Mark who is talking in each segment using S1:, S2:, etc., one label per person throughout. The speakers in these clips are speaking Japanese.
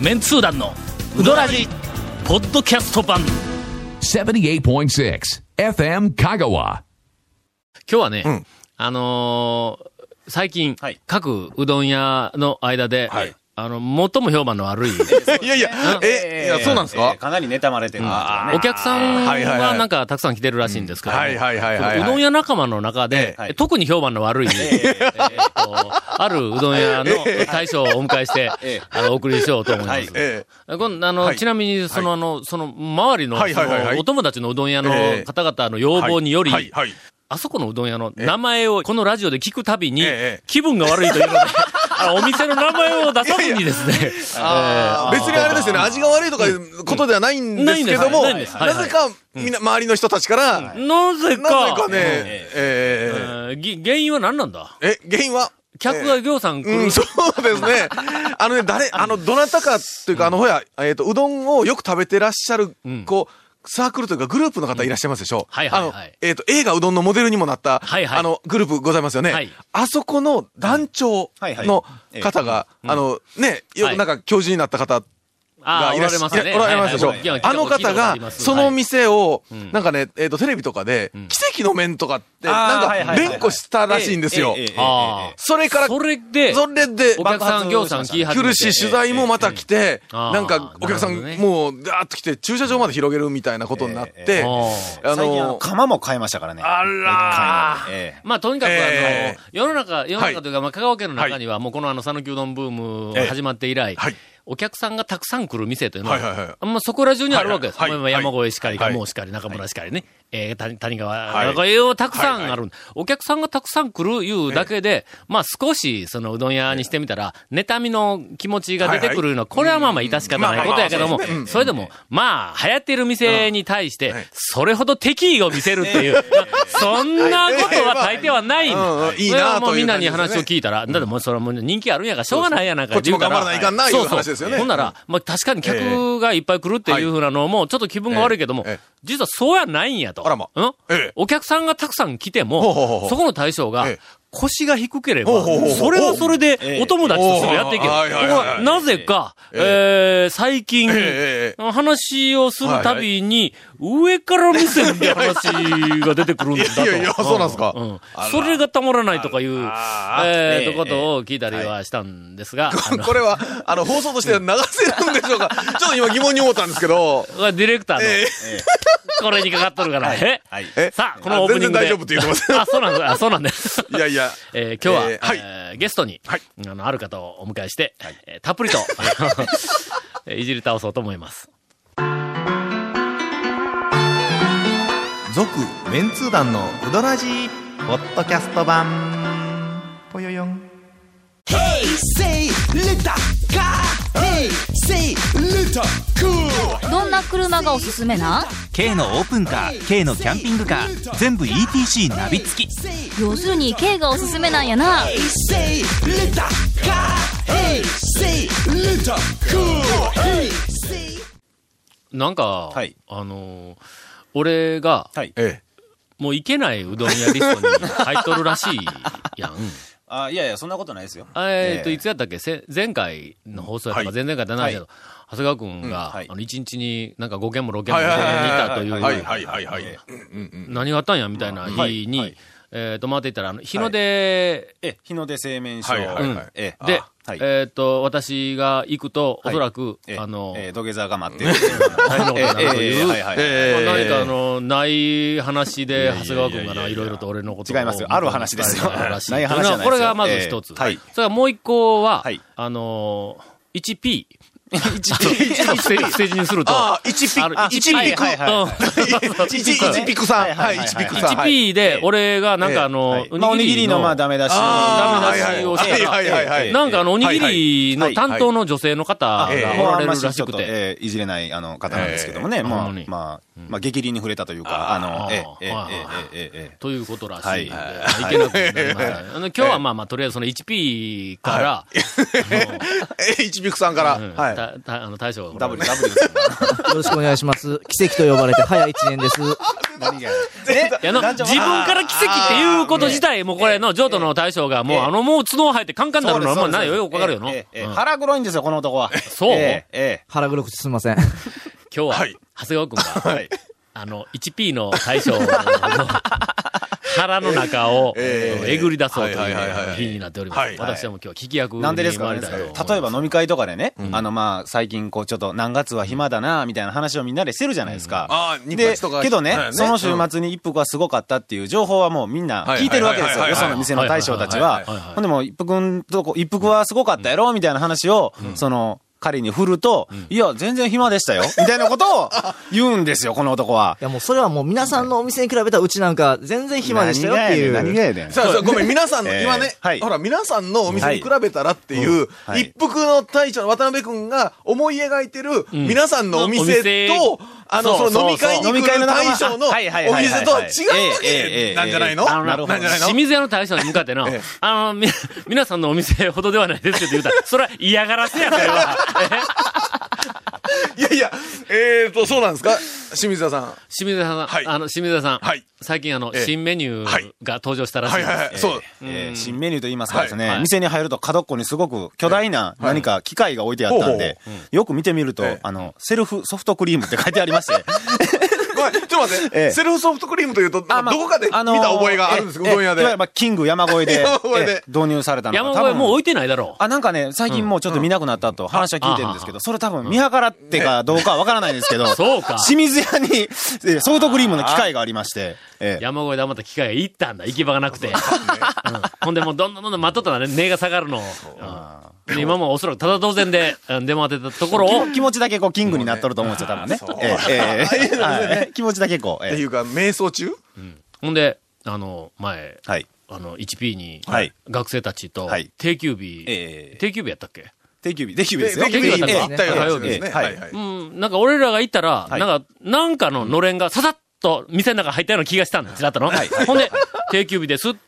S1: メンツー団のウドラジポッドキャスト版今
S2: 78.6 FM Kagawa.
S3: 日はね、あのー最近、
S1: はい
S3: 各うどん屋の間で、
S4: はい
S3: あの、最も評判の悪い、
S4: いやいや、え、いや、そうなんですか
S5: かなり妬まれてるんですよね。
S3: お客さん
S4: はいはいは
S3: が
S4: い
S3: なんかたくさん来てるらしいんですけど、
S4: はいはいはいはいはい
S3: このうどん屋仲間の中で、
S5: ええ
S3: 特に評判の悪い、えっとあるうどん屋の大将をお迎えして、
S5: ええ
S3: あの、お送りしようと思います。
S5: はい
S4: え
S3: こんあの、
S4: はい
S3: ちなみに、その、あの、その、周りの、
S4: はいはいはいはい
S3: そのお友達のうどん屋の
S4: ええ
S3: 方々の
S4: え
S3: 要望により、
S4: はい、はい。
S3: あそこのうどん屋の名前をこのラジオで聞くたびに
S4: ええ、
S3: 気分が悪いと いうので、あお店の名前を出さずにですね、
S4: あー別にあれですよね、味が悪いとかいうことではないんですけども、
S3: ない
S4: なん
S3: で
S4: ぜ
S3: すはいないんです
S4: か、みんな、周りの人たちから、なぜ
S3: なぜ
S4: か
S3: か、
S4: ね、え
S3: え
S4: ー
S3: ーぎ原因は何なんだ
S4: え、原因は
S3: 客がぎょうさん来る、
S4: うん、そうですね。あのね、誰、あの、どなたかというか、あの、ほや、えっ、と、うどんをよく食べてらっしゃる、
S3: ん
S4: こう、サークルというかグループの方いらっしゃいますでしょう、
S3: はいはいはい
S4: あの、えっ、と、映画うどんのモデルにもなった、
S3: はいはい
S4: あの、グループございますよね。
S3: はい
S4: あそこの団長
S5: はいはい
S4: の
S5: ええ
S4: 方が、あの、ね、よ
S3: は
S4: く
S3: い
S4: なんか教授になった方
S3: あ
S4: が
S3: あ、
S4: い
S3: お
S4: ら
S3: ら
S4: っしゃ
S3: れますね。
S4: いらおられますでしょ
S3: はいはいはい
S4: あの方が、その、店を、なんかね、えっ、と、テレビとかで、奇跡の麺とかって、なんか、連呼したらしいんですよ。
S5: ええええええ
S3: ああ
S4: それから、
S3: それで、
S4: それで、
S3: お客さんぎょうさん来始
S4: 来
S3: め
S4: る
S3: て
S4: し、、取材もまた来て、
S3: えあー
S4: なんかお客さ
S3: なる
S4: ん
S3: ほどね
S4: もう、ダーッと来て、駐車場まで広げるみたいなことになっ
S5: え
S4: て、
S3: あ
S5: 最
S4: あ
S5: 近あの、
S4: の、
S5: 釜も買いましたからね。
S4: あらー
S5: え
S3: まあ、とにかく、あの、
S4: えー
S3: 世の中、世の中というか、まあ、香川県の中には、もうこのあの、讃岐うどんブーム
S4: ええ
S3: 始まって以来、
S4: はい
S3: お客さんがたくさん来る店というの
S4: はいはいはい
S3: は、あんまそこら中にあるわけです。
S4: はいはい
S3: まあ
S4: はい
S3: 山越えしかり、
S4: はい
S3: 蒲生しかり、中村しかりね、えー谷谷
S4: は
S3: 川、
S4: い
S3: 中越えをたくさんある、
S4: はい
S3: お客さんがたくさん来るいうだけで、まあ、少し、その、うどん屋にしてみたら、妬みの気持ちが出てくるのは、これはまあまあ、致し方ないことやけども
S4: まあまあまあそうですねう、ん
S3: それでも、まあ、流行ってる店に対して
S4: はい、
S3: それほど敵意を見せるっていう、そんなことは大抵はないんだ
S4: うんうんいいなという
S3: それはもうみんな
S4: 感じ
S3: に
S4: ですね
S3: 話を聞いたら、だってもうそれはもう人気あるんやから、しょうがないやなんか
S4: こっちも
S3: 言うら
S4: 頑張らないかんないう
S3: そうそう
S4: 話ですよね
S3: ほんなら、まあ確かに客がいっぱい来るっていうふうなのも、ちょっと気分が悪いけども
S4: ええええ、
S3: 実はそうやないんやと。
S4: あらま
S3: うん
S4: ええ
S3: お客さんがたくさん来て
S4: ほうほうほう
S3: も
S4: ほ、う
S3: そこの対象が
S4: ええ、
S3: 腰が低ければ
S4: ほうほうほう、
S3: それはそれでお友達としてやっていける。
S4: お
S3: とこ
S4: うはいはいはいはい
S3: ろがなぜか、
S4: ええ
S3: えー最近
S4: ええ、ええ
S3: 話をするたびに、上から目線で話が出てくるんだと。
S4: いやいやそうなんすか
S3: うんそれがたまらないとかいう、えー
S5: え
S3: と
S5: え
S3: ことを聞いたりはしたんですが、あの
S4: これは、あの、放送としては流せるんで しょうかちょっと今疑問に思ったんですけど、
S3: これディレクターの、
S4: え
S3: これにかかっとるから、え
S5: はい。
S4: え
S3: さあ、このオープニング
S4: あ
S3: で。
S4: 全然大丈夫って言ってます。
S3: あ、そうなんです。あそうなんです。
S4: いやいや、
S3: えー今日は、
S4: えーはい
S3: えーゲストに、
S4: はい
S3: あの、ある方をお迎えして、えーたっぷりと、 えーいじり倒そうと思います。
S6: 続メンツー団のウドラジーポッドキャスト版ぽよよん
S7: Say little car. Hey, say little cool.
S8: どんな車がおすすめなん
S9: K のオープンカー K のキャンピングカー全部 ETC ナビ付き
S7: Say,
S8: 要するに軽がおすすめなんやな
S7: say little car. Hey, say little cool. Hey, say.
S3: なんか、
S5: はい
S3: あのー俺が、
S5: はい。
S4: ええ
S3: もういけないうどん屋リストに入っとるらしいやん。
S5: あ、いやいや、そんなことないですよ。
S3: えっと、
S5: ええ
S3: いつやったっけせ前回の放送やったか、
S4: はい
S3: 前々回だな
S5: はい
S3: けど、長谷川くんが、
S5: うんはい
S3: あの、一日になんか5件も6件も
S4: はい
S3: 見
S4: はい
S3: たという、
S4: はいはいはいはいはい。
S3: 何があったんやみたいな日に、
S5: はいはい
S3: えっ、と、回っていったら、あの日の出
S5: え、日の出製麺所。
S4: はいはいはい
S5: うんえ
S3: で、
S5: あはい
S3: えっ、と、私が行くと、お
S5: はい
S3: そらく、
S5: え
S3: あの、
S5: え土下座が待ってる。 はい
S3: のことになるという
S5: ええええはいはい
S4: え
S3: まあ
S4: え
S3: 何かあの、ない話で、長谷川くんが
S4: いやいやいや
S3: な、
S4: いや
S3: いろいろと俺のことを
S5: 違いますよある話ですよ
S3: 伝えたらし
S5: ない話じゃないですよ
S3: これがまず一つ。
S5: ええはい
S3: それからもう一個は、
S5: はい
S3: あの、1P。1P ステージステージにすると。
S4: あー 1P
S3: あの
S4: あ
S3: 1P
S5: はいはいはい
S3: うん
S4: 一一ピクさん。はい、一ピクさん。はい
S3: 1P で、俺がなんかあの、
S5: まあ、おにぎりの、まあ、ダメ出し。
S4: あー
S3: ダメ出しをしたら
S4: はいはいはいはい。
S3: なんかあの、おにぎりの担当の女性の方が
S4: はいはい
S3: おられるらしくて。
S5: ええいじれない、あの、方なんですけどもね。
S3: ええ
S5: ま
S3: ほん
S5: あ
S3: まに、
S5: まあ、まあ、激鱗に触れたというか、あの、ええ、ええ
S3: はいはいはい、
S5: ええ、ええ、
S3: ということらしいんで、
S5: はい
S3: けなくなりましたね。あの今日はまあまあ、とりあえずその 1P から、
S4: え、一ビクさんから。
S3: うん
S4: はい。
S3: たたあの大将が
S5: ダブル、ダブル です。
S10: よろしくお願いします。奇跡と呼ばれて早1年です。
S5: 何が
S3: いやの自分から奇跡っていうこと自体、もうこれの、譲渡の大将が、もうあの、もう角生えてカンカンになるのは、もうないよ、よくわかるよの。
S5: ええええ
S3: うん
S5: 腹黒いんですよ、この男は。
S3: そう
S5: えええ
S10: 腹黒くてすみません。
S3: 今日は、
S4: はい
S3: 長谷川君
S5: え
S3: が、
S5: はい。
S3: あの、1P の大将の 腹の中を
S4: ええ
S3: えぐり出そうと
S4: はいいはいはいは
S3: う
S4: い
S3: 日になっており
S4: は
S3: ま
S4: い
S3: す。私はもう今日は聞き役に
S5: なん
S3: 回
S5: で
S3: り
S5: ですか
S3: たい
S5: ね
S3: と思います
S5: 例えば飲み会とかでね、あのまあ最近こうちょっと何月は暇だなみたいな話をみんなでしてるじゃないですか。
S4: ああ日
S5: で
S4: 活とか、
S5: けどね、
S4: はいはい
S5: その週末に一服はすごかったっていう情報はもうみんな聞いてるわけですよ。
S4: はいはいはいはい
S5: よその店の大将たちは
S3: はいはいはいはいはいはい。
S5: ほんでもう一服んとこ、一服はすごかったやろみたいな話を、その、彼に振ると、いや、全然暇でしたよ。みたいなことを言うんですよ、この男は。
S10: いやもうそれはもう皆さんのお店に比べたらうちなんか全然暇でしたよっていう。
S5: 何がやねん。何がやねん
S4: さあ、さあごめん、皆さんの、
S5: えー
S4: 今ね、
S5: はい
S4: ほら、皆さんのお店に比べたらっていう、
S5: はいうん
S4: 一服の大将の渡辺くんが思い描いてる、皆さんのお
S3: お店
S4: 店と、あの、
S3: そう
S4: その飲み会に
S5: そうそう
S4: 来る大将のお
S5: はいはいはいはい
S4: 店とは違うわ
S5: えええええ
S4: け
S5: え
S4: なんじゃないの
S5: あの
S4: なんじゃないの
S3: 清水屋の大将に向かっての、あの、み、 皆さんのお店ほどではないですけど言うたら、それは嫌がらせやから
S4: いやいや、えーと、そうなんですか清水田さん。
S3: 清水屋さん、
S4: はい
S3: あの、清水屋さん、
S4: はい
S3: 最近あの、
S4: ええ
S3: 新メニュ
S4: はい
S3: ーが登場したらしい
S4: は
S3: で
S4: い
S3: す。
S4: はいはい。そう。
S5: えー新メニューと言いますかですね、
S3: はい
S5: 店に入ると角っこにすごく巨大な何か機械が置いてあったんで、よく見てみると、
S4: ええ
S5: あの、セルフソフトクリームって書いてありま して、
S4: ごめん、ちょっと待って、
S5: ええ
S4: セルフソフトクリームというと、なんかどこかで見た
S5: のー
S4: 覚えがあるんですか、う
S5: ええ
S4: どん屋で。
S5: いわゆるまあキング山越えで、
S4: 山越えで
S5: ええ導入されたの
S3: 山
S5: が
S3: 越えもう置い
S5: い
S3: てないだろう。
S5: あ、なんかね、最近もうちょっと見なくなったと話は聞いてるんですけど、それ多分見計らってかどうかはわからないんですけど、
S3: そうか
S5: 清水屋にえーソフトクリームの機械がありまして、ええ
S3: 山越えで余った機械が行ったんだ。行き場がなくて。うんほんでもうどんどんどんどん待っとったらね、値が下がるのを。うんで今もおそらくただ当然で、うん出回ってたところを、
S5: 気持ちだけこうキングになっとると思うんですよ、多分ね。ええええはい気持ちだけこう、ええ
S4: っていうか、瞑想中
S3: ほんで、あの、前、
S5: はい。
S3: あの、1P に
S5: はい、
S3: 学生たちと
S5: はい、
S3: 定休日、
S5: ええ
S3: 定休日やったっけ
S5: 定休日、定休日
S4: で
S5: ですよ。
S4: で
S3: できるよう
S4: 行
S3: に
S4: っ
S3: な
S4: た
S3: った
S4: ようなやつですね。
S5: ええはい
S4: はい。
S3: うん、なんか俺らが行ったら、
S5: はい
S3: なんか、なんかののれんがささっと店の中入ったような気がしたんです、ちらっとの。 ほんで、定休日ですって、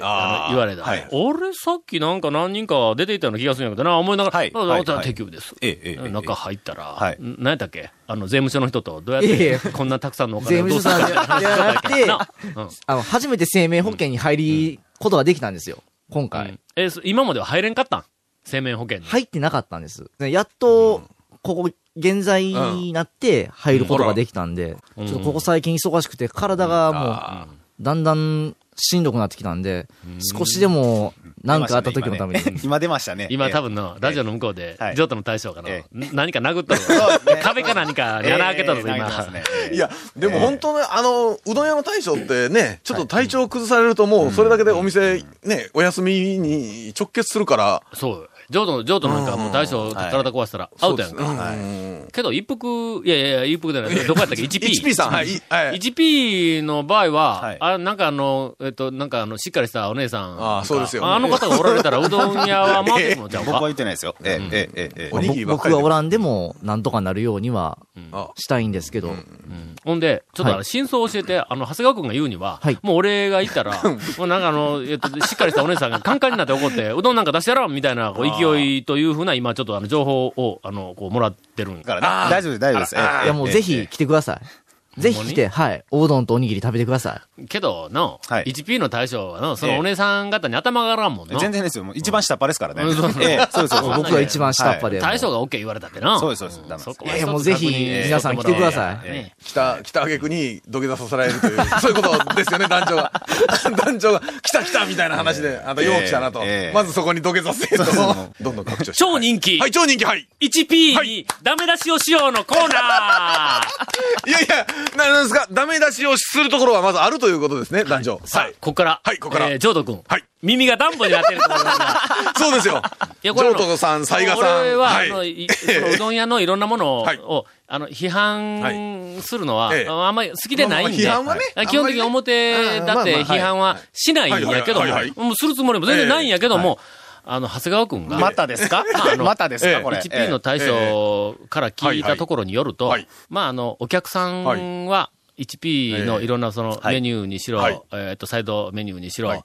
S3: あの言われた。
S5: はい
S3: 俺さっきなんか何人か出ていたような気がするんやけどな、思いながら、
S5: はい
S3: あだから
S5: はい
S3: 定休日です。
S5: ええええええ
S3: 中入ったら、
S5: はい
S3: ん何やったっけあの、税務署の人と、どうやっ
S10: いえい
S3: て
S10: え
S3: こんなたくさんのお
S10: 税
S3: 金を
S10: 務
S3: ど
S10: 署
S3: うする
S10: さん
S3: か
S10: じゃじゃなくて、
S3: なうん
S10: あの、初めて生命保険に入り、ことができたんですよ。今
S3: う
S10: 回
S3: ん。えそ今までは入れんかったん生命保険に。
S10: 入ってなかったんです。ねやっと、ここ、現在になって入ることができたんで、ちょっとここ最近忙しくて、体がもう、だんだんしんどくなってきたんで、少しでも、なんかあった時のために。
S5: 今出ましたね。
S3: 今多分の、ラジオの向こうで
S5: は、い
S3: 譲渡の大将がの
S5: え、
S3: 何か殴った
S5: そうです
S3: の
S5: ね。
S3: 壁か何か
S5: ええ、
S3: に穴開けたぞ、
S5: ええ投げて
S3: 今
S5: ま。すねええ
S4: いや、でも本当ね、あの、うどん屋の大将ってね、ちょっと体調崩されるともう、それだけでお店、ね、お休みに直結するから、
S3: そう。譲渡、譲渡なんかもう大将体壊したらアウトやんか。けど一服、いやいやいや、一服じゃない。どこやったっけ ?1P。
S4: 1P さん、はい、はい。
S3: 1P の場合は、
S5: はい
S3: あ、なんかあの、えっと、なんかあの、しっかりしたお姉さんが。
S4: ああそうですよね
S3: あの方がおられたら、うどん屋は回ってくるのちゃう
S5: 僕は
S3: か
S5: 言ってないですよ。ええ、ええ、ええええ。
S4: おにぎりばっか
S10: 僕
S4: り
S10: は
S4: で
S10: おらんでも、なんとかなるようには
S4: あ
S10: したいんですけど、
S3: ほんで、ちょっとあ
S10: は
S3: の、
S10: い
S3: 真相を教えて、あの、長谷川くんが言うには、
S10: はい
S3: もう俺が行ったら、もうなんかあの、えっと、しっかりしたお姉さんがカンカンになって怒って、うどんなんか出してやろうみたいな、こう、勢いというふうな、今ちょっとあの、情報を、あの、こう、もらってるん
S5: だからね大丈夫です、大丈夫です。ええ
S10: いやもうぜ。
S5: えええ
S10: ひ
S5: え
S10: 来てください。ぜひ来て、はい。おうどんとおにぎり食べてください。
S3: けど、の、
S5: はい
S3: 1P の大将はの、そ
S5: え
S3: の
S5: え
S3: お姉さん方に頭が上がらんもんの。
S5: 全然ですよ。もう一番下っ端ですからね。え
S3: うん
S5: え、そうですそうです。
S10: 僕が一番下っ
S5: で。
S10: 端で。
S3: 大将が OK 言われたってな。
S5: そうですそうですダメです
S3: そこ
S10: い
S3: は
S10: やい
S3: 一
S10: や
S3: つ
S10: もうぜ
S3: 確
S10: ひ
S3: 認
S10: 皆さん来てくださ
S5: ええ
S10: い。
S3: ね
S4: 北、北挙句に土下座させられるという、 そういうことですよね、団長が。 団長が、来た来たみたいな話で、あんたよう来たなと
S5: ええええ。
S4: まずそこに土下座せえと
S5: そうそう。
S4: どんどん拡張して。
S3: 超人気、
S4: はい、超人気、はい。
S3: 1P にダメ出しをしようのコーナー
S4: いやいや、ななんですか、ダメ出しをするところはまずあるということですね、団長。
S3: さあ、
S4: はい。
S3: ここから。
S4: はいここから
S3: えー、ジョード君。
S4: はい
S3: 耳がダンボになってると思いますが。
S4: そうですよ。
S3: い
S4: 上
S3: やこれあの
S4: 都さん、雑賀さん。
S3: 俺は、
S4: は
S3: あの、
S4: い。
S3: い そのうどん屋のいろんなものを、
S4: はい
S3: をあの、批判するのは、
S4: はいええ
S3: ああんまり好きでないんで。
S4: まあまあ批判はね
S3: はい基本的に
S4: あんまりね
S3: 表だって
S4: うんまあまあ
S3: 批判はしないんやけども
S4: はいはいはいはい、
S3: もうするつもりも全然ないんやけども、あの、長谷川君が。
S5: またですか
S3: あの
S5: またですか
S3: ええ
S5: これ
S3: ?1P の大将から聞いたところによると、まあ、あの、お客さんは、1P のいろんなそのメニューにしろ、
S4: はい
S3: えっと、サイドメニューにしろ、ま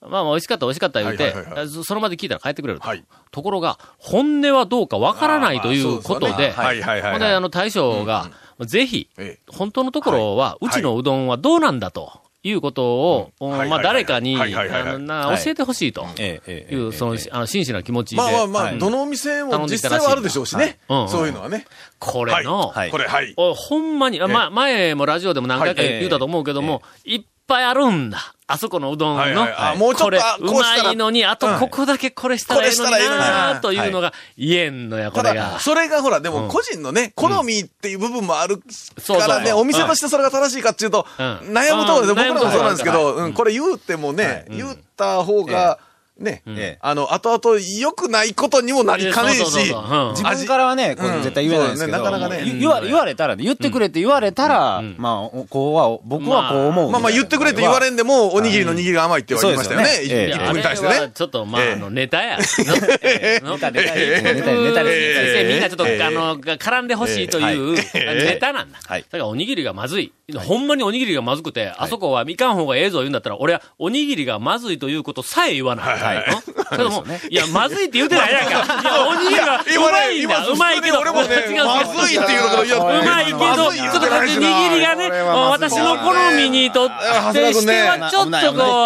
S3: あ、まあ美味しかった、美味しかった言う
S4: は
S3: て
S4: いはいはいは、
S3: そその場で聞いたら帰ってくれると。ところが、本音はどうかわからないということで、
S4: あーそうですよねはいはいはいはい
S3: ほんで、あの、大将が、ぜひ、
S4: え
S3: 本当のところは、うちのうどんはどうなんだと。いうことを、
S4: んはい
S3: まあ
S4: はいはい
S3: 誰かに、
S4: はいはいはいはい
S3: あのな教えてほしいと
S5: えええ
S3: い
S5: え
S3: う、その、あの、真摯な気持ちで。
S4: まあまあまあ、
S3: はい
S4: どのお店
S3: 頼
S4: も
S3: んできた
S4: 実
S3: らしいな
S4: 際はあるでしょうしね。
S3: はいうんうん
S4: そういうのはね。
S3: これの、
S5: はい
S4: これ、はい。
S3: おほんまに、あま、前もラジオでも何回か
S5: はいええ
S3: 言ったと思うけども、いっぱいあるんだ。あそこのうどんの、
S4: はいはいあもうちょっと
S3: これ
S4: あ
S3: う
S4: こうしたら
S3: まいのに、あとここだけこれしたらいいの
S4: こ
S3: に
S4: れしたらいいのに
S3: な
S4: な
S3: というのが言えんのや、こ
S4: た
S3: れが
S4: だ、。それがほら、で
S3: うん
S4: も個人のね、好みっていう部分もあるか
S3: そうそう
S4: らね、
S3: うん
S4: お店としてそれが正しいかっていうと、
S3: うん
S4: 悩むところで
S3: う
S4: す、
S3: ん
S4: 僕らもそうなんですけ
S3: 悩むところ
S4: ど、
S3: だから
S4: うんこれ言うてもね、言った方が、ね、
S5: ええ
S4: あの、後々良くないことにもなりかねえ
S3: そうそう
S4: し
S3: そう、うん
S5: 自分からはね、これ
S4: うん
S5: 絶対言えないですけど、
S4: そうだねなかなかね
S5: 言言わ言われたらね、言ってくれって言われたら、
S3: ん
S5: まあ、おこうは、お僕はこう思う。
S4: まあまあ言ってくれって言われんでも、おにぎりの握りが甘いって言われましたよね
S5: そう、ですよね
S4: 一
S5: ええ
S4: 一分に対して
S3: いやあれは
S4: ね。
S3: ちょっと、まあ、
S4: ええ
S3: あの、ネタや。 ネ
S5: ネタネタネタネタネタ
S3: 先生、みんなちょっと、
S4: ええ
S3: あの、が絡んでほしいという、ネタなんだ。
S5: はい
S3: だから、おにぎりがまずい,、ほんまにおにぎりがまずくて、あそこはみかん方がええぞ言うんだったら、俺はおにぎりがまずいということさえ言わない。はい。けども、いや、まずいって言うてないやんか。いや、おにぎりがうまいんだ。
S4: 今
S3: うまいけど、
S4: 俺もね
S3: 違う、
S4: まずいっていうのから、いや、
S3: うまいけど、ち
S4: まず
S3: ょ
S4: い
S3: っ
S4: 言う
S3: と
S4: て
S3: こ
S4: ない
S3: れ
S4: し
S3: 握りがね、私の好みにとっ
S4: あ
S3: て
S4: 長谷川
S3: し
S4: 君
S3: て
S4: ね
S3: は、ちょっとこう、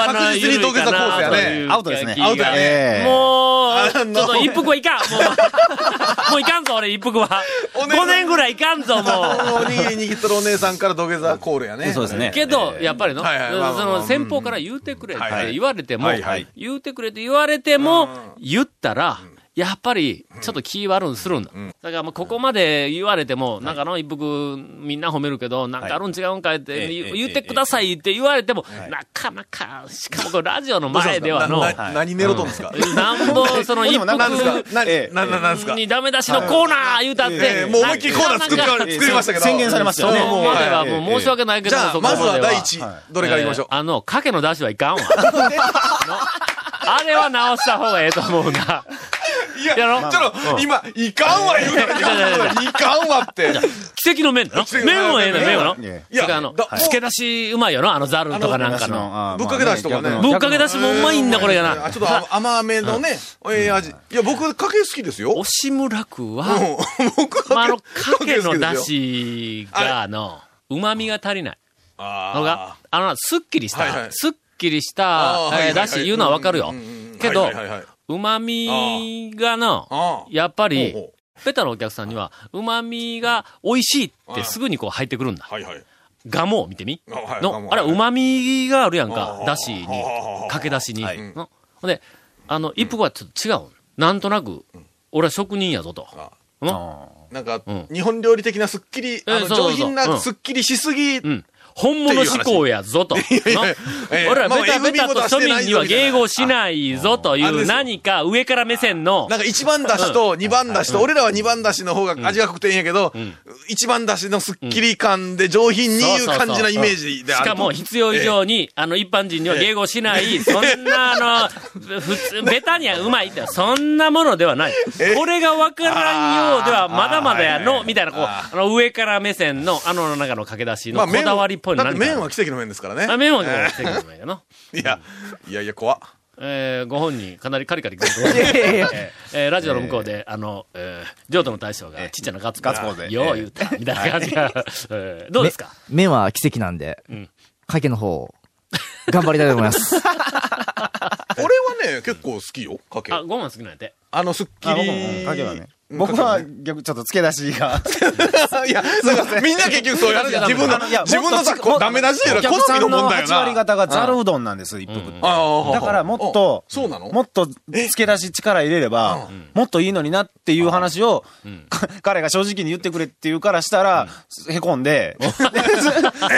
S3: あの、
S4: 確実に土下座コースやね
S3: 緩いかな
S5: アウトですね
S3: という
S4: アウトやね
S5: ええ
S3: もう、ち
S4: あ
S3: ょ
S4: の
S3: っと一服はいかん。もう、もういかんぞ、俺、一服は。
S4: お願い
S3: 5年ぐらいいかんぞ、もう。
S4: おにぎり握っとるお姉さんから土下座コールやね。
S5: そうですね。
S3: けど、やっぱりの、
S4: はいはいまあまあま
S3: そ
S4: あ
S3: の、先方から言うてくれっ
S4: は
S3: て
S4: い
S3: 言われても
S4: はいはい、
S3: 言うてくれって言われても、言ったら、やっぱり、ちょっと気悪んするんだ。だから、ここまで言われても、なんかの一服、みんな褒めるけど、なんかあるん違うんかいって、
S5: はいええ
S3: 言言ってくださいって言われても、なかなか、しかもこれラジオの前ではの、
S4: なな何メロドンですか
S3: なんぼ、その一服、
S4: 何ですかな
S5: ええ
S4: なななんですか
S3: にダメ出しのコーナー言うたって、
S4: ええもう思いっきりコーナー作って
S3: なかなか
S4: 作りましたけど。
S5: 宣言されました
S3: そ
S5: よね。
S3: こまではもう申し訳ないけ
S4: じ
S3: ども、
S4: ゃ
S3: そこ
S4: あ、
S3: ま
S4: ま
S3: で
S4: ずは第一、どれからいきましょう。
S3: えーあの、かけの出しはいかんわ。のあれは直した方がええと思う な。
S4: いや、ち
S3: やろ
S4: ょっと、今、いかんわ言うたら、いかんわって。
S3: 奇跡の麺な
S4: 奇跡の麺
S3: 麺はええの、麺はの。
S5: え
S4: いや
S3: それからあの
S4: だ、
S3: つけ出しうまいよな、あのザルとかなんかの。
S5: ああ
S4: ぶっかけ出しとかね
S5: まあ
S3: ぶっかけ出しもうまいんだ、これが
S4: あ
S3: な。
S4: ちょっと甘甘めのね、ええ味。いや、僕、かけ好きですよ。
S3: 押村区
S4: うん
S3: は、
S4: 僕、
S3: まあ、あの、かけの
S4: 好きです
S3: 出
S4: よ
S3: しが、あの、旨味が足りない。のが
S4: あ、
S3: あの、すっきりし
S4: はいは
S3: た、
S4: い
S3: すっきりし
S4: あ
S3: た
S4: ーはい、
S3: え
S4: は
S3: ー
S4: いは
S3: だ
S4: い
S3: し言うのはわかるよ
S4: うんうんうん。
S3: けど
S4: はいはいはいはい、
S3: 旨味が
S4: あ
S3: の、
S4: ー
S3: やっぱ
S4: ほう
S3: り
S4: ほ、
S3: ベタのお客さんには、旨味が美味しいってすぐにこう入ってくるんだ。
S4: ーはいはい。
S3: ガモを見てみ。
S4: あはいガ
S3: の、
S4: モ
S3: あれ、旨味があるやんか
S4: あ。ー
S3: だしに
S4: あー、
S3: かけだしに。
S5: はい
S3: のほんで、あの、一服はちょっと違う。なんとなく、俺は職人やぞと。の
S4: なんか
S3: うん、
S4: 日本料理的なすっきり、あ
S3: え
S4: の
S3: そうそうそう
S4: 上品
S3: う
S4: なんすっきりしすぎ
S3: うん。本物志向やぞと。の
S4: ええ
S3: 俺らベタ
S4: まあ
S3: ベタと庶民には迎合しないぞとい
S4: ああれで
S3: う
S4: すよ
S3: 何か上から目線の
S4: な、んか一番だしと二番だしと、俺らは二番だしの方が味が濃くていいんやけど
S3: ん、
S4: 一番だしのすっきり感で上品にいう感じなイメージであ
S3: し
S4: る
S3: か
S4: と。
S3: も必要以上に、あの一般人には迎合しない、そんなあの、普通、ベタにはうまいって、そんなものではない。これがわからんようではまだまだやの、みたいなこう、あの上から目線の、あの中の駆け出しのこ
S4: 麺
S3: だわりっぽいの
S4: だって
S3: 何か
S4: 麺は奇跡の麺ですからね。
S3: あ麺はこうしてくるのやな。
S4: いや、いやいや、怖っ
S3: えー、ご本人、かなりカリカリくる
S10: いやい や
S3: えーえーラジオの向こうで、あの、えー、浄土の大将が、ちっちゃなガッツポーズ
S5: ガッツポーズで
S3: よう言うた、みたいな感じが、 えーどうですか
S10: 麺は奇跡なんで、かけの方、頑張りたいと思います。
S4: 俺はね、結構好きよ、かけ。
S3: あ、ご飯好きなんやって。
S4: あの、すっき
S5: 僕も
S4: り。
S5: かけはね。僕は逆、ちょっと付け出しが。
S4: いや、そうかみんな結局そうやるじゃん。自分の、
S5: いや
S4: 自分のさ、
S5: もっと
S4: こうダメ出しじゃな
S5: お
S4: い
S5: 客
S4: 好
S5: さ
S4: みの
S5: んの
S4: 問題よ
S5: 8割
S4: な。
S5: 方がざるうどんなんです、一服って。
S4: ああ
S5: だからもっと、
S4: そうなの
S5: もっと付け出し力入れれば、もっといいのになっていう話を、か 彼が正直に言ってくれっていうからしたら、へこん で、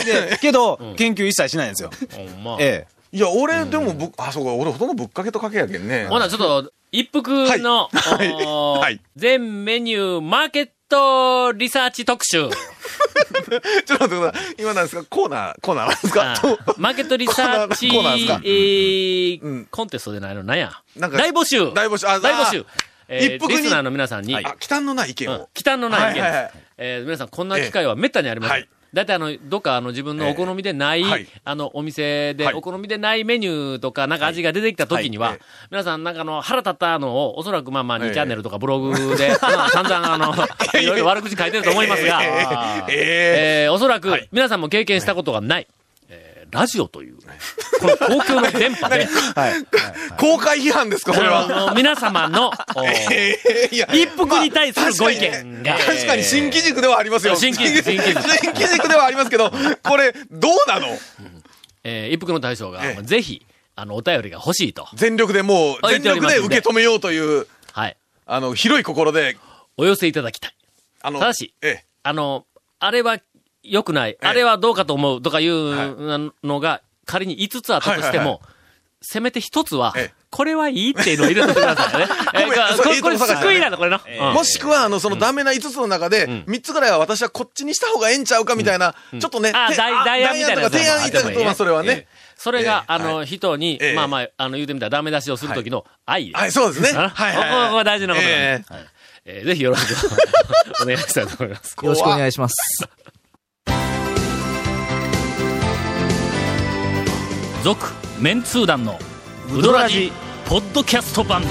S5: でけど、研究一切しないんですよ。
S3: ほんま。
S5: え
S4: いや、俺、でも、ぶっあ、そうか、俺ほとんどぶっかけとかけやけんね。
S3: ほな、ちょっと、一服の、
S4: はい
S3: おー
S4: はい
S3: 全メニュー、マーケットリサーチ特集。
S4: ちょっと待ってください。今なんですかコーナー、コーナーなんですか
S3: あ
S4: と
S3: マーケットリサーチ、
S4: コーナーですか
S3: えー
S4: うん
S3: コンテストでないのなんや。
S4: なんか
S3: 大募集
S4: 大募集あ
S3: 大募集
S4: あ
S3: えー
S4: 一服に
S3: リスナーの皆さんに、
S4: あ、忌憚のない意見
S3: うん
S4: を。
S3: 忌憚のない意見です、
S4: はいはいはい
S3: えー皆さん、こんな機会はめったにありません。
S4: ええはい
S3: だいたいあの、どっかあの自分のお好みでない、
S4: ええはい
S3: あの、お店で、
S4: はい
S3: お好みでないメニューとか、なんか味が出てきた時には、
S4: はいえ
S3: 皆さん、なんかあの、腹立ったのを、おそらくまあまあ
S4: ええ
S3: 2チャンネルとかブログで、まあ散々あ の、いろいろ悪口書いてると思いますが、
S4: え
S3: えーおそらく、皆さんも経験したことがない、えーラジオという、この公共の電波で、
S4: ー公開批判ですかそれは。
S3: あの皆様の、お
S4: えーいや
S3: 一服に対するご意見が、
S4: 確かに新機軸ではありますよ。
S3: 新機軸新機軸
S4: 新機軸ではありますけど、これ、どうなの
S3: えー一服の大将が、
S4: ええ
S3: ぜひ、あの、お便りが欲しいと。
S4: 全力でもう、
S3: あ言っ
S4: 全
S3: ており
S4: 力
S3: ます
S4: で
S3: んで
S4: 受け止めようという、
S3: はい。
S4: あの、広い心で、
S3: お寄せいただきたい。
S4: あの、
S3: ただし
S4: え
S3: あの、あれは良くない、
S4: え
S3: あれはどうかと思うとかいう
S4: は
S3: のが、仮に5つあったとして
S4: はいはいは
S3: も、せめて1つは
S4: ええ、
S3: これはいいっていうのを入れておいてくださいね。え
S4: ごめん
S3: ー
S4: そ
S3: こ
S4: れ
S3: れ、こ
S4: い
S3: れ
S4: いとこ探した
S3: 救いなんだ、これな。
S4: え
S3: うん
S4: もしくは、あの、そのダメな5つの中で、3つぐらいは私はこっちにした方がええんちゃうかみたいな、ちょっとね、
S3: あ
S4: て
S3: ダイダイヤみたいな
S4: ダ
S3: やつ
S4: イヤとか提案いただくと、まあ、それは
S3: ええ
S4: ね。
S3: それが
S4: え、え
S3: あの、人に
S4: ええ、
S3: まあまあ、あの、言うてみたらダメ出しをする時の愛です。
S4: はい、そうですね。は
S3: ない
S4: はい
S3: こ
S4: は
S3: こ
S4: い。
S3: ここ大事なことなんで
S4: ええ
S3: はいえーぜひよろしくお願いしたいと思います。
S10: よろしくお願いします。
S1: 続メンツー団のウドラジポッドキャスト版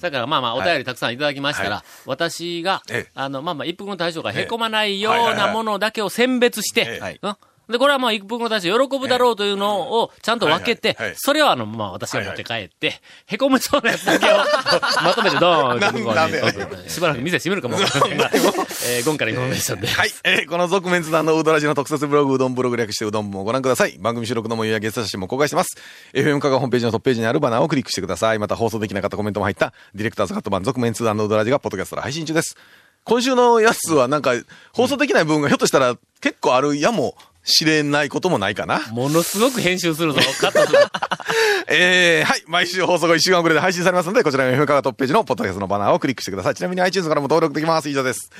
S3: だからまあまあお便りたくさんいただきましたら、
S4: は
S3: 私が
S4: ええ、
S3: あの、まあまあ一服の大将が
S4: ええ
S3: へこまないよ
S4: はいは
S3: う
S4: いは
S3: ないものだけを選別して、
S4: ええはい
S3: うんで、これはまあ一服の大将喜ぶだろうというのをちゃんと分けて
S4: はいはいはい、
S3: それをあの、まあ私が持って帰って、へこむそうなやつだけをまとめてドーンと向こ
S4: な
S3: うんに
S4: で
S3: 置くしばらく店閉めるかもわからない。えー、ゴンからインフォメーションで。
S4: はい。 えーこの続面図団のうどらじの特設ブログ、うどんブログ略してうどんもご覧ください。番組収録の模様やゲスト写真も公開してます。FM カがホームページのトップページにあるバナーをクリックしてください。また放送できなかったコメントも入った、ディレクターズカット版続面図団のうどらじがポッドキャストで配信中です。今週のやつはなんか、放送できない部分がひょっとしたら結構あるやもしれないこともないかな。
S3: ものすごく編集するぞ。カットする。
S4: えー、はい。毎週放送後1週間遅れで配信されますので、こちらの FM カがトップページのポッドキャストのバナーをクリックしてください。ちなみに iTunes からも登録できます。以上です。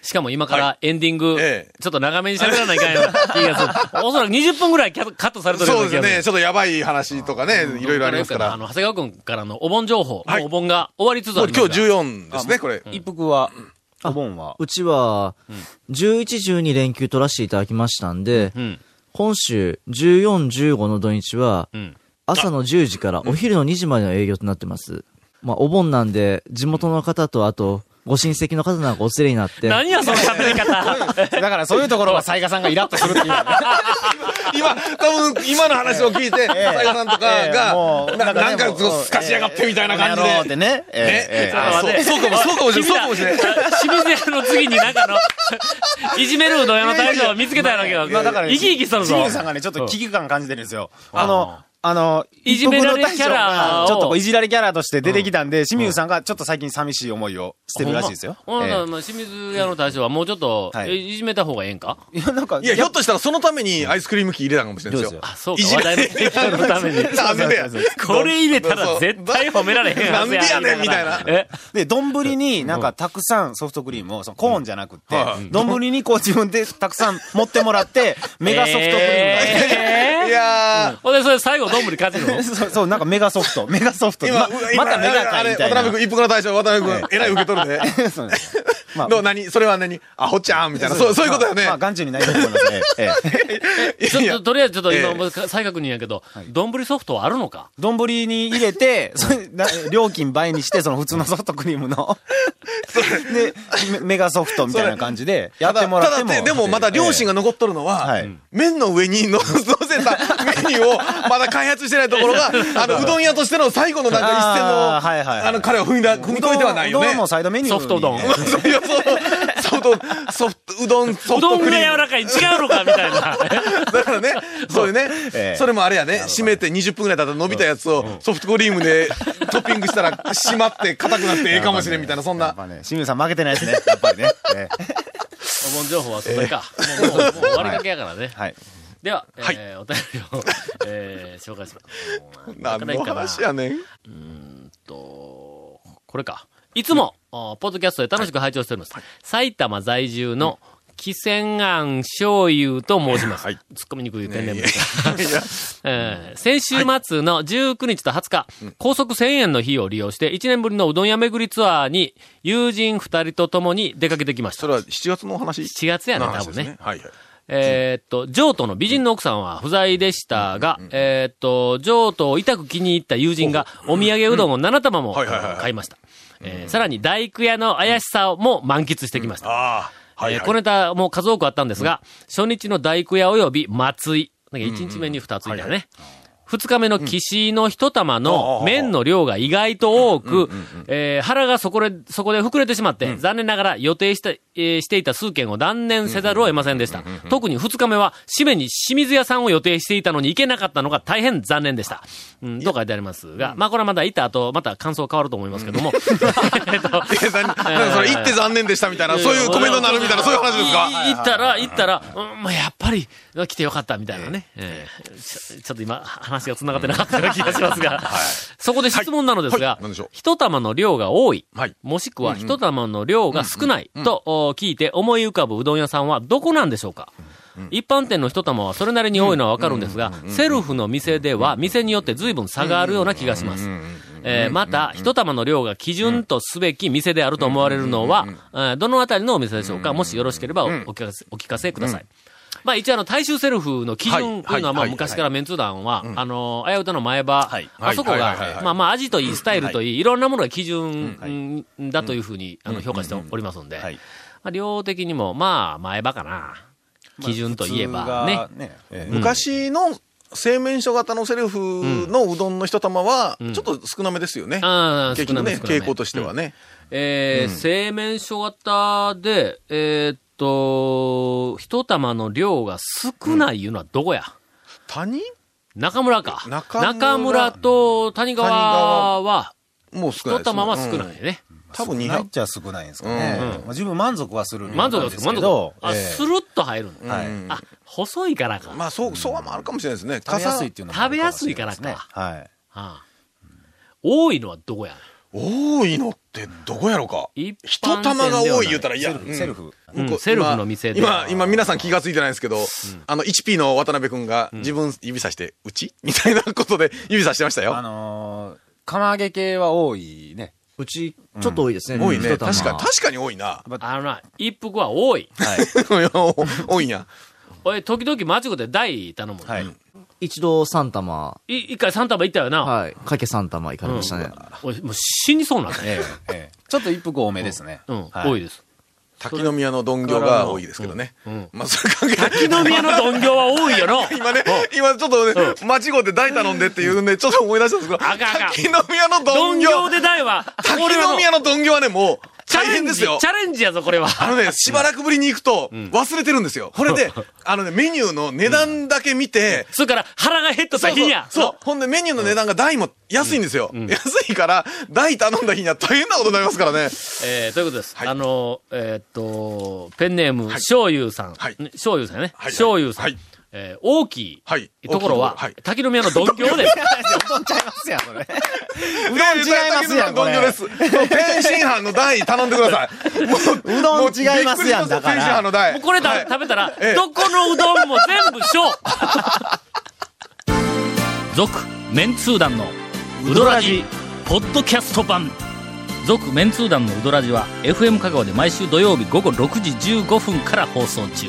S3: しかも今からエンディング、
S4: ええ
S3: ちょっと長めに喋らないかんような気がする。おそらく20分ぐらいキャカットされてるよう
S4: そ
S3: な気
S4: うで
S3: が
S4: す
S3: する。
S4: ね。ちょっとやばい話とかね、いろいろありますから
S3: あ。の、長谷川君からのお盆情報、
S4: はい
S3: もうお盆が終わりつつ
S4: も
S3: あ
S4: う
S3: ります
S4: 今
S3: が。
S4: 日14ですね、これ。
S5: 一服は、お盆は。
S10: うちは、11、12連休取らせていただきましたんで、
S3: ん
S10: 本州14、15の土日は、
S3: ん
S10: 朝の10時からお昼の2時までの営業となってます。まあ、お盆なんで、地元の方と、あと、ご親戚の方なんかお連れになって、
S3: 何や、その喋り方。
S5: だからそういうところは、雑賀さんがイラッとするっていう。
S4: 今、多分、今の話を聞いて、
S5: え
S4: 大賀さんとか
S5: も
S4: が、
S5: う
S4: な
S5: ね
S4: なんか、
S5: もう
S4: すかしやがってみたいな感じ
S5: この野郎っ
S4: で。
S5: てね。えええ
S4: え
S5: え
S4: あそうそうかも、そうかもしれない、そうかもしれない。
S3: 清水屋の次になんかの、 いじめるうどん屋の大将を見つけたやろうけど、
S5: まあだから、
S3: 生き生きしとる
S5: 清
S3: ぞ
S5: 水。さんがね、ちょっと危機感感じてるんですよ。あの、あの、
S3: いじめられキャラを
S5: 一国の大将がちょっとこういじられキャラとして出てきたんで、清水さんがちょっと最近寂しい思いをしてるらしいですよ。
S3: ほんま
S5: ええ
S3: ほんなら清水屋の大将はもうちょっと、
S5: はい
S3: えいじめた方がええんか
S5: いや、なんか、
S4: いや、ひょっとしたらそのためにアイスクリーム機入れたかもしれないで
S5: そ
S4: す
S5: う
S4: よ
S5: で。
S3: あ、そう
S4: い
S3: か、
S4: じ
S3: 話
S4: ら
S3: 題の提供のため に。
S4: ダメだよ
S5: そうそうそ
S3: これ入れたら絶対褒められへんはずや。
S4: なんでやねんみたいな
S3: え
S5: で、丼になんかたくさんソフトクリームを、そのコーンじゃなくて、丼にこう自分でたくさん持ってもらって、メガソフトクリームが。
S4: いや
S3: ほんで、それ最後、どんぶり勝てるの
S5: そう、そう、なんかメガソフト。メガソフト。
S4: ー、
S5: ま
S4: 今、うわ今
S5: またメガ
S4: あ
S5: か
S4: れ、
S5: み
S4: 渡
S5: たいな
S4: 辺。君、一服の大将、渡辺君、えらい受け取るね。
S5: そうなんですよ まあ
S4: どう、何それは何アホちゃんみたいな。そう、そういうことだよね
S5: まあ、。眼中にないと思いますね。ええ。
S3: ちょ
S4: い
S3: っ
S4: や
S3: と、とりあえずちょっと
S4: え
S3: 今、
S4: え
S3: もう再確認やけど、どんぶりソフトはあるのか
S5: 丼に入れ て、それな料金倍にして、その普通のソフトクリームの。で、メメガソフトみたいな感じで、やっ
S4: ただ
S5: てもらっても。
S4: ただでもまだ両親
S5: が。
S4: が残っとるのは、
S5: はい
S4: 麺の上にの 乗せたメニューをまだ開発してないところ が、あの、うどん屋としての最後のなんか一線の、
S5: あーはいはいはい
S4: あの、彼を踏みだ、踏み越えてはないよ
S5: うど
S4: ね。
S5: んもサイドメニューに。
S3: ソフトうどん
S5: ええ
S4: そういうそうソフト、ソフト、うどん、ソ
S3: う
S4: フ
S3: ど
S4: ト
S3: ん
S4: ク
S3: が
S4: リ
S3: 柔
S4: ーム。
S3: らかい違うのかみたいな。
S4: だからね、そういうね、
S5: ええ
S4: それもあれやね、締めて20分ぐらい経ったら伸びたやつをソフトクリームで トッピングしたら締まって硬くなってええかもしれんみたいな、そん
S5: やっ
S4: な。
S5: ぱね、清水さん負けてない ですね。やっぱりね。ええ
S3: お盆情報はそれか。もう、もうもう終わりかけやからね。
S5: はい。
S3: では、えー
S4: はい
S3: お便りを、えー紹介します。
S4: 何
S3: からいい
S4: の
S3: かな
S4: 話やねん。
S3: と、これか。いつも、あポッドキャストで楽しく拝聴しております。埼玉在住の、汽船庵醤油と申します。
S4: はい
S3: 突っ込みにくい天然ですがえー先週末の19日と20日、高速1000円の日を利用して、1年ぶりのうどん屋巡りツアーに、友人2人と共に出かけてきました。
S4: それは7月のお話
S3: 7月やね、
S4: の
S3: 多
S4: 話で
S3: 分
S4: す
S3: ね。
S4: はいはい。
S3: えーっと、譲渡の美人の奥さんは不在でしたが、えーっと、譲渡を痛く気に入った友人がお土産うどんを7玉も
S4: はいはいはいはい
S3: 買いました。えーさらに大工屋の怪しさも満喫してきました。
S4: ああ、はい、
S3: え
S4: は
S3: ー
S4: い。
S3: このネタも数多くあったんですが、初日の大工屋及び松井。なんか1日目に2ついたよね。2日目の岸の一玉の麺の量が意外と多く、えー腹がそこで、そこで膨れてしまって、残念ながら予定した、えーしていた数件を断念せざるを得ませんでした。特に2日目は、締めに清水屋さんを予定していたのに行けなかったのが大変残念でした。うん、と書いてありますが、まあこれはまだ行った後、また感想変わると思いますけども。えっと
S4: え何なんかそれ行って残念でしたみたいな、そういうコメントになるみたいな、そういう話ですか
S3: い行ったら、行ったら、うん、まあ、やっぱり、来てよかったみたいなね。ええちょちょっと今、話が繋がってなかったような気がします が、そこで質問なのです
S4: は
S3: が
S4: いはい何でしょう、
S3: 一玉の量が多い
S4: はい、
S3: もしくは一玉の量が少ないとお聞いて思い浮かぶうどん屋さんはどこなんでしょうか一般店の一玉はそれなりに多いのはわかるんですが、セルフの店では店によって随分差があるような気がします。えーまた、一玉の量が基準とすべき店であると思われるのは、えーどのあたりのお店でしょうかもしよろしければおお聞かせお聞かせください。まあ一応あの、大衆セルフの基準というのは、まあ
S4: はいはいはい
S3: 昔からメンツー団は、あの、あやうたの前場、あそこ
S4: はいはいはいは
S3: が
S4: い、
S3: まあまあ味といい、スタイルといい、いろんなものが基準うんだというふうにあの評価しておりますので、
S5: はい
S3: まあ量的にも、まあ前場かな。基準といえばね。
S5: ね。
S4: えー昔の製麺所型のセルフのうどんの一玉は、ちょっと少なめですよね。
S3: ああ、
S4: 結
S3: 少
S4: 局
S3: なめ
S4: ね、
S3: 少なめ
S4: 傾向としてはね。
S3: えー製麺所型で、えーっと、一玉の量が少ないいうのはどこや、
S4: 谷
S3: 中村か。
S4: 中村
S3: と谷川は、
S4: もう少ない
S3: 一
S4: ですね。
S3: 玉は少ないね。
S4: うん。多分
S5: ないっ
S4: 200。
S5: ちゃ少ないんですかね。まあ、十分満足はする。
S3: 満足です、満足。あ、
S5: ええ
S3: スルッと入るの、
S5: はい
S3: あ、細いからか。
S4: まあ、そう、そうはもあるかもしれないですね。
S5: 食べやすいっていうのもあるもしれないです
S3: 食べ
S5: ね
S3: やすい
S5: はい。
S3: はあ多いのはどこや
S4: 多いのってどこやろか。
S3: 一
S4: 一
S3: 般店ではない
S4: 玉が多い言うたら、いや、
S5: セル
S4: う
S5: フ、
S4: ん
S5: セルフ。
S3: うん
S4: こう
S3: セルフの店で
S4: 今、今今皆さん気がついてないんですけど、あの、1P の渡辺くんが自分指さして、うち みたいなことで指さしてました
S5: あ
S4: よ。
S5: のー、釜揚げ系は多いね。
S10: うち、ちょっと多いですね。
S4: 多いね。
S10: 一
S4: 確
S10: 玉
S4: かに、確かに多いな。
S3: あのな、一服は多い。
S4: 多いんや。
S3: 俺、時々間違って大頼むの。
S5: はい。
S10: 一度三玉、
S3: い一回三玉いったよな。
S10: はい、かけ三玉いかれましたね。
S3: 俺、もう死にそうになった。
S5: ええ、ええ。ちょっと一服多めですね。
S3: うん、
S5: はい
S3: 多いです。
S4: 滝の宮の鈍行が多いですけどね。まあ、それ関係ない。
S3: 木の宮の鈍行は多いよの。
S4: 今ね、今ちょっとね、間違って大頼んでっていうね、ちょっと思い出したんですけど、
S3: あかんあかん
S4: 滝の宮の
S3: 鈍
S4: 鈍
S3: 行
S4: 行、
S3: で大は、
S4: 滝
S3: 俺はも
S4: の
S3: う
S4: 宮の鈍行はね、もう、
S3: チャ
S4: 大
S3: レ
S4: 変
S3: ン
S4: で
S3: ジ、
S4: す
S3: チ
S4: よ。
S3: ャレンジやぞ、これは。
S4: あのね、しばらくぶりに行くと、忘れてるんですよ。これで、あのね、メニューの値段だけ見て、
S3: それから腹が減っとった
S4: そう
S3: 日
S4: そう
S3: にゃ。
S4: そう。ほんで、メニューの値段が大も安いんですよ。安いから、大頼んだ日には大変なことになりますからね。
S3: えー、ということです。
S4: はい
S3: あの、えーっと、ペンネーム、醤油さん。
S4: はい
S3: 醤油さんやね。
S4: はい
S3: 醤油さん。
S4: はい
S3: えー大きい。
S4: はい
S3: ところは、
S4: 大きいところはい
S3: 滝の宮の鈍行です。
S5: う どんちゃいますやん、それ。
S4: うどん違い
S5: ますやんこれ
S4: です。天津飯の大頼んでください。もう
S5: うどん違いますやん
S4: もうびっ
S5: だ
S4: くりしました
S5: から
S4: 天津飯の大。
S3: もうこれだ、
S4: はい
S3: 食べたら、
S4: ええ
S3: どこのうどんも全部小。
S1: 続メンツー団のウドラジポッドキャスト版続メンツー団のウドラジは FM 香川で毎週土曜日午後6時15分から放送中